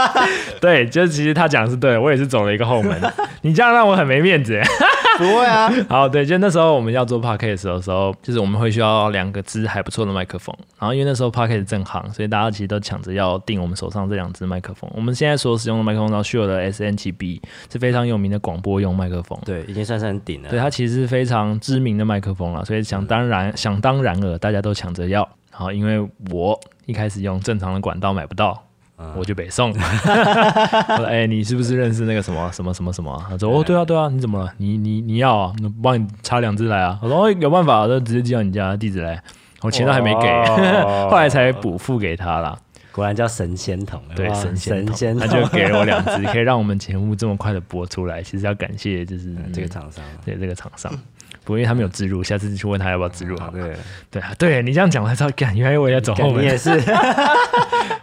S1: 对，就其实他讲的是对的，我也是走了一个后门。你这样让我很没面子。
S2: 不会啊，
S1: 好，对，就那时候我们要做 podcast 的时候，就是我们会需要两个支还不错的麦克风。然后因为那时候 podcast 正行，所以大家其实都抢着要订我们手上这两支麦克风。我们现在所使用的麦克风叫 Shure 的 SN7B，是非常有名的广播用麦克风。
S2: 对，已经算是很顶了。
S1: 对，它其实是非常知名的麦克风了，所以
S2: 嗯
S1: 想当然、想当然了，大家都抢着要。然后因为我一开始用正常的管道买不到。
S2: 嗯
S1: 我就北 宋，我说哎、你是不是认识那个什么什么什么什么啊？他说
S2: 嗯
S1: 哦，对啊，对啊，你怎么了？你你你要啊？那帮你插两只来啊？我说哦，有办法，就直接寄到你家地址来。我钱都还没给，
S2: 哦
S1: 后来才补付给他啦。
S2: 果然叫神仙桶，
S1: 对，
S2: 哇
S1: 神仙
S2: 神
S1: 桶
S2: 仙
S1: 他
S2: 桶，
S1: 就给了我两只，可以让我们节目这么快的播出来。其实要感谢就是、
S2: 嗯这个厂商。
S1: 对这个厂商。不过因为他没有植入，下次去问他要不要植入好了。
S2: 对，
S1: 对啊，对你这样讲，我才知道，干，原来我也走后
S2: 你也
S1: 门。
S2: 是，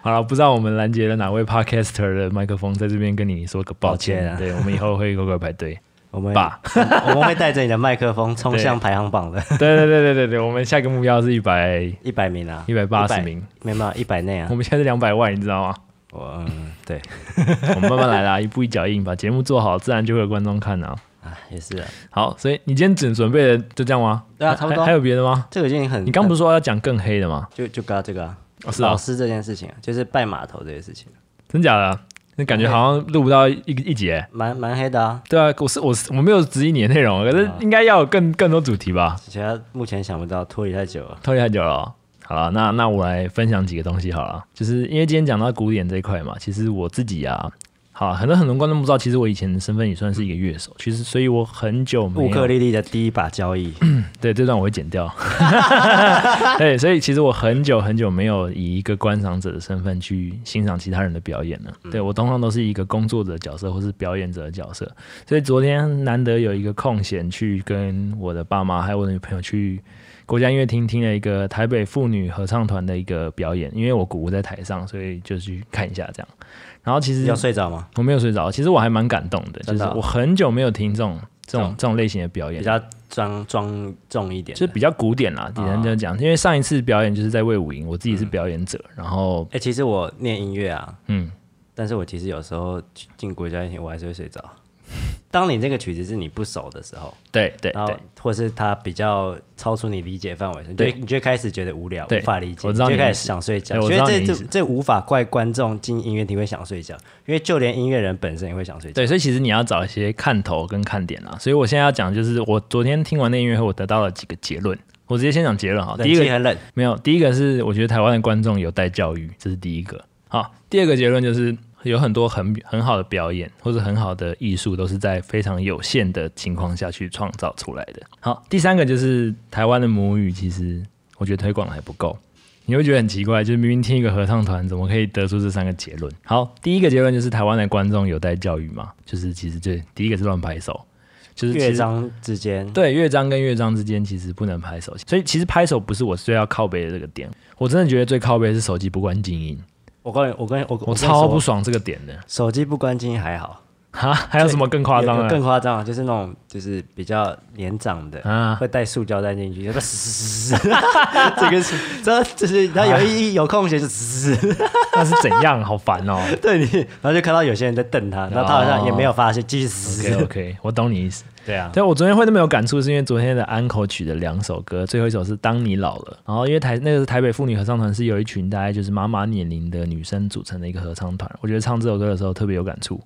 S1: 好了，不知道我们拦截了哪位 podcaster 的麦克风，在这边跟你说个抱
S2: 抱
S1: 歉。
S2: 歉啊
S1: 对我们以后会乖乖排队。
S2: 我们
S1: 爸
S2: 我们会带着你的麦克风冲向排行 榜的
S1: 对对对对对对，我们下个目标是一百，
S2: 一百名啊，
S1: 180名
S2: 100，没有没有一百内啊
S1: 我。们现在是两百万，你知道吗？
S2: 我嗯，对
S1: 我们慢慢来啦，一步一脚印，把节目做好，自然就会有观众看啊。
S2: 啊，也是啊，
S1: 好，所以你今天只准备的就这样吗？
S2: 对啊
S1: 还
S2: 差不多
S1: 还还有别的吗？
S2: 这个已经很
S1: 你刚不是说要讲更黑的吗？
S2: 就就搞这个啊
S1: 哦是啊
S2: 老师这件事情啊，就是拜码头这件事情，啊
S1: 真假的？那感觉好像录不到一一节。
S2: 蛮蛮黑的啊。
S1: 对啊，我是我是我没有质疑你的内容，可是应该要有更更多主题吧？
S2: 其他目前想不到，脱离太久啊了。
S1: 拖累太久了哦。好了，那那我来分享几个东西好了，就是因为今天讲到古典这一块嘛，其实我自己啊，好，很多很多观众不知道，其实我以前的身份也算是一个乐手，其实所以我很久没
S2: 乌克
S1: 有
S2: 丽丽的第一把交 易，
S1: 对这段我会剪 掉， 对，所以其实我很久很久没有以一个观赏者的身份去欣赏其他人的表演了，
S2: 嗯
S1: 对我通常都是一个工作者的角色或是表演者的角色，所以昨天难得有一个空闲去跟我的爸妈还有我的女朋友去国家音乐厅听了一个台北妇女合唱团的一个表演，因为我姑姑在台上，所以就去看一下这样。然后其实
S2: 要睡着吗？
S1: 我没有睡着，其实我还蛮感动的，就
S2: 真
S1: 是
S2: 的啊
S1: 我很久没有听这种这
S2: 这
S1: 种
S2: 种
S1: 这种类型的表演
S2: 比，较庄庄重一点
S1: 就
S2: 的。
S1: 是比较古典啦，简
S2: 啊
S1: 单就讲，因为上一次表演就是在魏武营，我自己
S2: 嗯
S1: 是表演者，然后
S2: 哎、其实我念音乐啊，
S1: 嗯，
S2: 但是我其实有时候进国家音乐，我还是会睡着。 当你这个曲子是你不熟的时候，
S1: 对对
S2: 然后
S1: 对
S2: 或是它比较超出你理解范围，你就
S1: 对
S2: 你就会开始觉得无聊，
S1: 对
S2: 无法理解，
S1: 我知道
S2: 你
S1: 你
S2: 就开
S1: 意
S2: 始
S1: 思
S2: 想睡觉。
S1: 对我
S2: 所
S1: 知
S2: 以
S1: 道
S2: 这
S1: 你意
S2: 这
S1: 思
S2: 这无法怪观众进音乐厅会想睡觉，因为就连音乐人本身也会想睡觉。
S1: 对，所以其实你要找一些看头跟看点啦。所以我现在要讲就是，我昨天听完那音乐会，我得到了几个结论。我直接先讲结论哈，第
S2: 冷
S1: 一个
S2: 气很冷，
S1: 没有，第一个是我觉得台湾的观众有待教育，这是第一个。好，第二个结论就是有很多很很好的表演或者很好的艺术都是在非常有限的情况下去创造出来的。好，第三个就是台湾的母语其实我觉得推广得还不够。你会觉得很奇怪，就是明明听一个合唱团，怎么可以得出这三个结论？好，第一个结论就是台湾的观众有待教育嘛，就是其实最第一个是乱拍手，就是其
S2: 乐
S1: 实
S2: 章之间，
S1: 对，乐章跟乐章之间其实不能拍手，所以其实拍手不是我最要靠背的这个点。我真的觉得最靠背的是手机不关静音，
S2: 我跟你我跟你我跟
S1: 我
S2: 你
S1: 超
S2: 说
S1: 不爽这个点的。
S2: 手机不关静还好，
S1: 哈，还有什么更夸张啊
S2: 有有
S1: 的
S2: 更？夸张，啊就是那种就是比较年长的，
S1: 啊，
S2: 会带塑胶袋进去， 就嘶嘶嘶嘶，这个是这就是他有一有空闲就嘶嘶，
S1: 那是怎样？好烦 哦。
S2: 对你，然后就看到有些人在瞪他，然后他好像也没有发现，继续嘶
S1: OK
S2: 嘶，
S1: OK，我懂你意思。
S2: 对啊，
S1: 对，我昨天会那么有感触，是因为昨天的安口曲的两首歌，最后一首是《当你老了》，然后因为台那个是台北妇女合唱团，是有一群大概就是妈妈年龄的女生组成的一个合唱团，我觉得唱这首歌的时候特别有感触。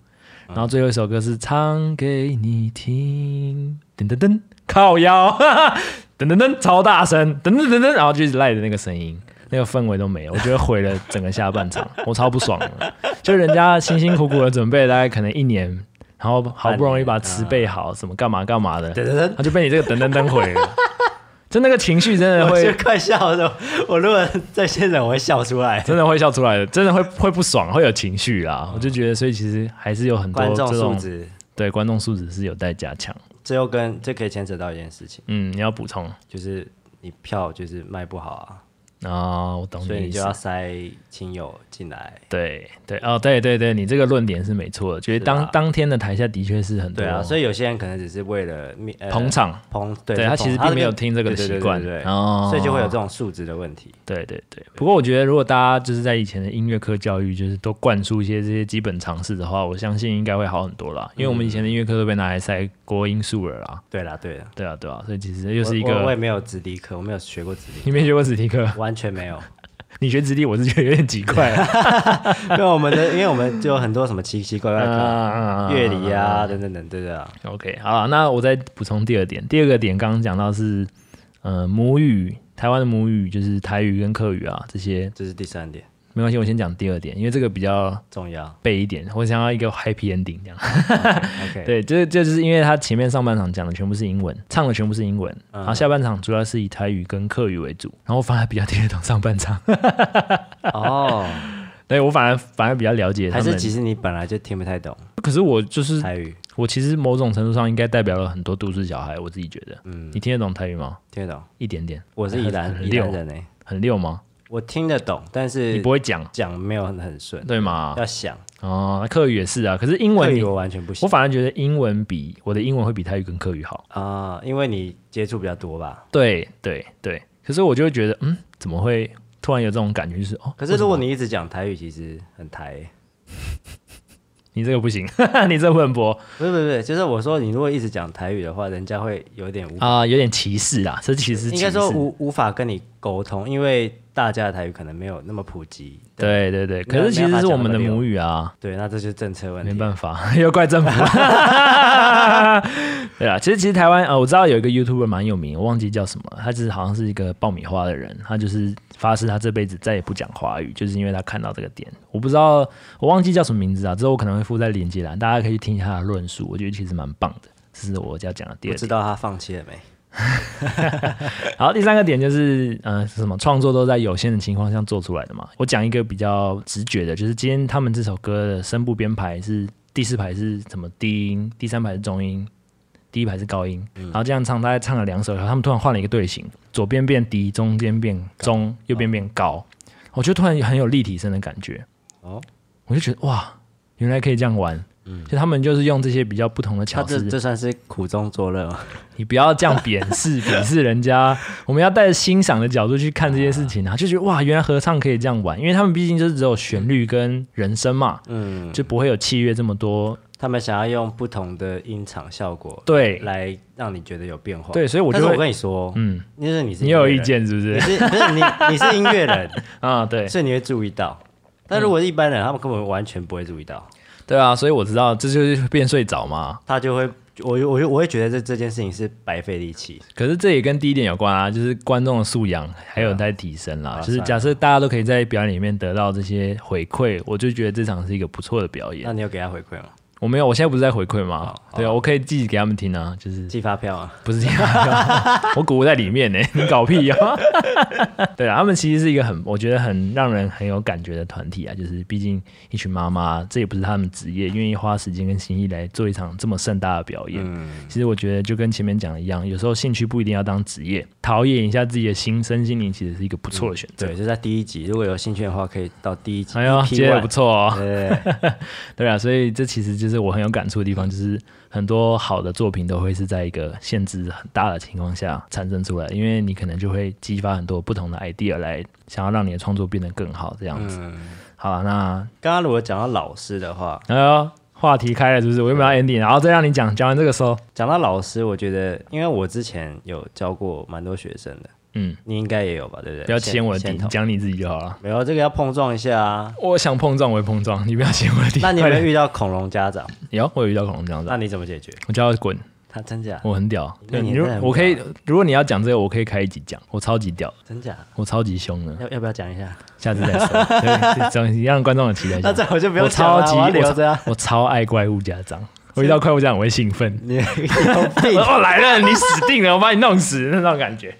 S1: 然后最后一首歌是唱给你听，噔噔噔，靠腰，噔噔噔，超大声，噔噔噔噔，然后就是赖的那个声音，那个氛围都没有，我觉得毁了整个下半场，我超不爽的。就人家辛辛苦苦的准备，大概可能一年，然后好不容易
S2: 啊
S1: 把啊词背好，什么干嘛干嘛的，
S2: 等等等，
S1: 他就被你这个噔噔噔毁了。 就那个情绪真的
S2: 我就
S1: 会，
S2: 快笑了，我如果在现场我会笑 出来，
S1: 真的会笑出来的，真的会会不爽，会有情绪啦。我就觉得，所以其实还是有很多
S2: 观众
S1: 这
S2: 素
S1: 种
S2: 质。
S1: 对观众素质是有待加强。
S2: 这又跟这可以牵扯到一件事情，
S1: 嗯，你要补充
S2: 就是你票就是卖不好啊，
S1: 啊，我懂
S2: 所以
S1: 你意
S2: 你就
S1: 思
S2: 要。塞亲友进来。
S1: 对对哦，对对对，你这个论点是没错的，觉得
S2: 是
S1: 当
S2: 啊
S1: 当天的台下的确是很多
S2: 对啊，所
S1: 以
S2: 以有些人可能只是为了面呃
S1: 捧场，
S2: 捧，对
S1: 对他
S2: 捧
S1: 其实
S2: 是
S1: 并没有
S2: 跟
S1: 听这个的
S2: 对对
S1: 习
S2: 对
S1: 惯
S2: 对对
S1: 哦
S2: 所以就会有这种素质的问题。
S1: 对对对。不过我觉得，如果大家就是在以前的音乐课教育，就是都灌输一些这些基本常识的话，我相信应该会好很多
S2: 嗯
S1: 啦。因为我们以前的音乐课都被拿来塞国音数了啦。
S2: 对啦，对啦，
S1: 对啊，对啊，所以其实又是一
S2: 我我我也
S1: 个
S2: 没有直笛课，我没有学过直笛，
S1: 你没学过子弟课，
S2: 完全没有。
S1: 你学直立，我是觉得有点奇怪啊。
S2: 因为我们的，因为我们就有很多什么奇奇怪怪的
S1: 啊
S2: 课乐理啊等等等，对的啊。
S1: OK，好啦那我再补充第二点。第二个点刚刚讲到是，呃，母语，台湾的母语就是台语跟客语啊，这些
S2: 这是第三点
S1: 没关系，我先讲第二点，因为这个比较
S2: 重要。
S1: 背一点，我想要一个 happy ending 这样。
S2: OK，，
S1: 对，这这就是因为他前面上半场讲的全部是英文，唱的全部是英文，
S2: 嗯
S1: 然后下半场主要是以台语跟客语为主，然后我反而比较听得懂上半场，
S2: 哦，
S1: 对我反而反而比较了解他
S2: 还
S1: 们。
S2: 是其实你本来就听不太懂
S1: 可是我就是
S2: 台语，
S1: 我其实某种程度上应该代表了很多都市小孩，我自己觉得。
S2: 嗯
S1: 你听得懂台语吗？
S2: 听得懂。
S1: 一点点，
S2: 我是宜兰
S1: 很
S2: 宜
S1: 溜
S2: 兰人诶，
S1: 很溜吗？
S2: 我听得懂，但
S1: 你
S2: 是
S1: 不会讲，
S2: 讲没有很很顺，
S1: 对吗？
S2: 要想。
S1: 哦，那客语也是啊。可是英文
S2: 对
S1: 你，
S2: 我完全不
S1: 我
S2: 行
S1: 反而觉得英文比我的英文会比台语跟客语好。
S2: 啊、因为你接触比较多吧。
S1: 对对对，可是我就会觉得，嗯，怎么会突然有这种感觉？就是哦，
S2: 可是如果你一直讲台语，其实很台欸。
S1: 你这个不行， 你这混播
S2: 不是不是不是，就是我说你如果一直讲台语的话，人家会有点无，
S1: 啊、有点歧视啊。这其实是
S2: 应该说
S1: 歧视
S2: 无无法跟你沟通，因为大家的台语可能没有那么普及。
S1: 对对对，
S2: 没
S1: 可
S2: 有
S1: 是其实是我们的
S2: 没有
S1: 母语啊。
S2: 对，那这就是政策问
S1: 没
S2: 题。
S1: 办法， 又怪政府。对啊，其实其实台湾呃，我知道有一个 YouTuber 蛮有名，我忘记叫什么了，他只是好像是一个爆米花的人，他就是发誓他这辈子再也不讲华语，就是因为他看到这个点。我不知道我忘记叫什么名字啊，之后我可能会附在链接栏，大家可以去听一下他的论述，我觉得其实蛮棒的。这是我要讲的第
S2: 不
S1: 二
S2: 知
S1: 点。
S2: 道他放弃了没？
S1: 好，第三个点就是，呃，是什么创作都在有限的情况下做出来的嘛。我讲一个比较直觉的，就是今天他们这首歌的声部编排是第四排是什么低音，第三排是中音，第一排是高音，然后这样唱，大概唱了两首以后，他们突然换了一个队形，左边变低，中间变中，右边变高，我觉得突然很有立体声的感觉。
S2: 哦，
S1: 我就觉得哇，原来可以这样玩。就他们就是用这些比较不同的
S2: 他
S1: 巧
S2: 这
S1: 思，
S2: 这算是苦中作乐吗？
S1: 你不要这样贬 视鄙视人家，我们要带着欣赏的角度去看这些事情啊，就觉得哇，原来合唱可以这样玩，因为他们毕竟就是只有旋律跟人声嘛，
S2: 嗯，
S1: 就不会有器乐这么多。
S2: 他们想要用不同的音场效果
S1: 对
S2: 来让你觉得有变化。
S1: 对，所以我
S2: 但
S1: 就是
S2: 我
S1: 会，
S2: 跟你说，
S1: 嗯，
S2: 因为你是
S1: 你有
S2: 音乐
S1: 意
S2: 人，
S1: 见是不
S2: 你
S1: 是？
S2: 是不是你你是音乐 人，
S1: 啊，对
S2: 所以你会注意到。但如果是一般人，他们根本完全不会注意到，
S1: 对啊，所以我知道这就是变睡着嘛。
S2: 他就会，我我我会觉得这这件事情是白费力气。
S1: 可是这也跟第一点有关啊，就是观众的素养还有在提升啦。
S2: 啊
S1: 就是假设大家都可以在表演里面得到这些回馈，我就觉得这场是一个不错的表演
S2: 那。你有给他回馈吗？
S1: 我没有，我现在不是在回馈吗
S2: 好？
S1: 对啊，我可以寄给他们听啊，就是
S2: 寄发票啊，
S1: 不是这样，啊 我鼓舞在里面呢，你搞屁呀、 对啊，他们其实是一个很，我觉得很让人很有感觉的团体啊，就是毕竟一群妈妈，这也不是他们职业，愿意花时间跟心意来做一场这么盛大的表演。其实我觉得就跟前面讲的一样，有时候兴趣不一定要当职业，陶冶一下自己的心身心灵，其实是一个不错的选择。
S2: 对，就在第一集，如果有兴趣的话，可以到第一集
S1: 哎呦，
S2: EP
S1: 接的
S2: one
S1: 不错哦。
S2: 对，
S1: 对啊，所以这其实就是我很有感触的地方，就是很多好的作品都会是在一个限制很大的情况下产生出来，因为你可能就会激发很多不同的 idea 来，想要让你的创作变得更好这样子。
S2: 嗯
S1: 好啊，那
S2: 刚刚如果讲到老师的话，
S1: 哎呦，话题开了是不是？我有没有要 ending？然后再让你讲，讲完这个时候，
S2: 讲到老师，我觉得，因为我之前有教过蛮多学生的，
S1: 嗯，
S2: 你应该也有吧，对不对？
S1: 不要牵我的
S2: 先
S1: 底，
S2: 头
S1: 你讲你自己就好了。
S2: 没有这个要碰撞一 下啊。
S1: 我想碰撞，我会碰撞，你不要牵我的底。
S2: 那你有
S1: 快
S2: 没
S1: 点
S2: 有遇到恐龙家长？
S1: 有我有遇到恐龙这样子
S2: 那，你怎么解决？
S1: 我叫他滚，
S2: 他真假？
S1: 我很屌。
S2: 那
S1: 对，
S2: 你
S1: 你如
S2: 真的很
S1: 我可以，如果你要讲这个，我可以开一集讲，我超级屌，
S2: 真假？
S1: 我超级凶的。
S2: 要要不要讲一下？
S1: 下次再说，对总让观众有期待一下。
S2: 那这样我就不用
S1: 我超级
S2: 讲了
S1: 我
S2: 我要留着啊
S1: 超我超爱怪物家长，我遇到怪物家长我会兴奋，
S2: 你有病！
S1: 哦来了，你死定了，我把你弄死那种感 觉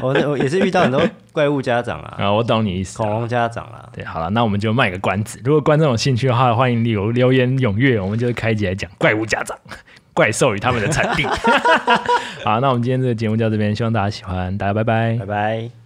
S2: 我那我也是遇到很多怪物家长啊，
S1: 啊，我懂你意思
S2: 恐。龙家长啦。
S1: 对，好了，那我们就卖个关子。如果观众有兴趣的话，欢迎留留言踊跃，我们就开集来讲怪物家长、怪兽与 他们的产地。好，那我们今天这个节目就到这边，希望大家喜欢，大家拜拜
S2: 拜拜。